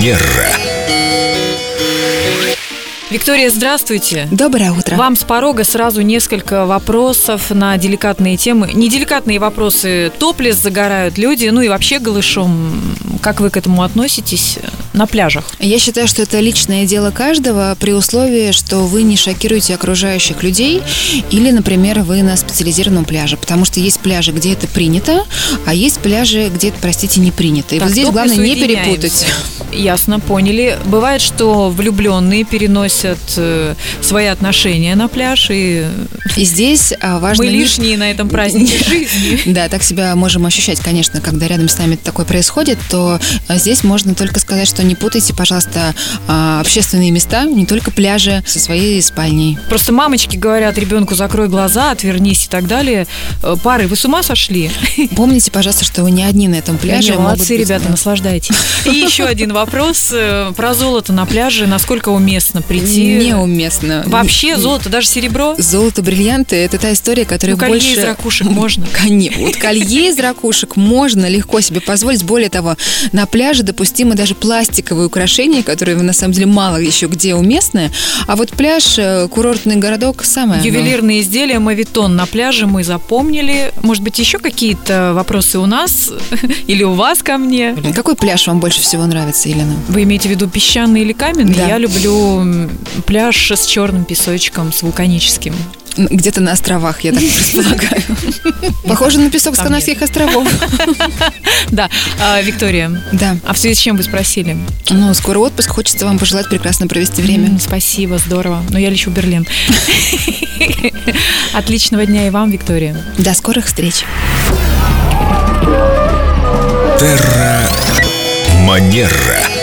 Герра. Виктория, здравствуйте. Доброе утро. Вам с порога сразу несколько вопросов на деликатные темы. Неделикатные вопросы топлес загорают люди, ну и вообще голышом. Как вы к этому относитесь на пляжах? Я считаю, что это личное дело каждого при условии, что вы не шокируете окружающих людей или, например, вы на специализированном пляже. Потому что есть пляжи, где это принято, а есть пляжи, где это, простите, не принято. И Так, вот здесь топлесу главное не уединяемся. перепутать. Ясно, поняли. Бывает, что влюбленные переносят э, свои отношения на пляж, и И здесь а, важно... мы не- лишние на этом празднике жизни. Да, так себя можем ощущать, конечно, когда рядом с нами такое происходит, то а, здесь можно только сказать, что не путайте, пожалуйста, а, общественные места, не только пляжи со своей спальней. Просто мамочки говорят ребенку закрой глаза, отвернись и так далее. Э, Пары, вы с ума сошли? Помните, пожалуйста, что вы не одни на этом пляже. Они могут молодцы, быть, ребята, да. наслаждайтесь. И еще один вопрос э, про золото на пляже. Насколько уместно прийти? Неуместно. Вообще Не- золото, даже серебро? Золото, бриллианты – это та история, которая Ну, колье больше... из ракушек можно. Коне- Вот колье из ракушек можно легко себе позволить. Более того, на пляже допустимы даже пластиковые украшения, которые на самом деле мало еще где уместны. А вот пляж, э, курортный городок – самое оно. Ювелирные изделия мавитон на пляже мы запомнили. Может быть, еще какие-то вопросы у нас или у вас ко мне? Какой пляж вам больше всего нравится, Елена? Вы имеете в виду песчаный или каменный? Да. Я люблю м, пляж с черным песочком, с вулканическим. М, Где-то на островах, я так предполагаю. Похоже на песок с Там Канарских островов. Да, А, Виктория, Да. а в связи с чем вы спросили? Ну, скоро отпуск. Хочется вам пожелать прекрасно провести М, время. Спасибо, здорово. Но я лечу в Берлин. Отличного дня и вам, Виктория. До скорых встреч. Манера.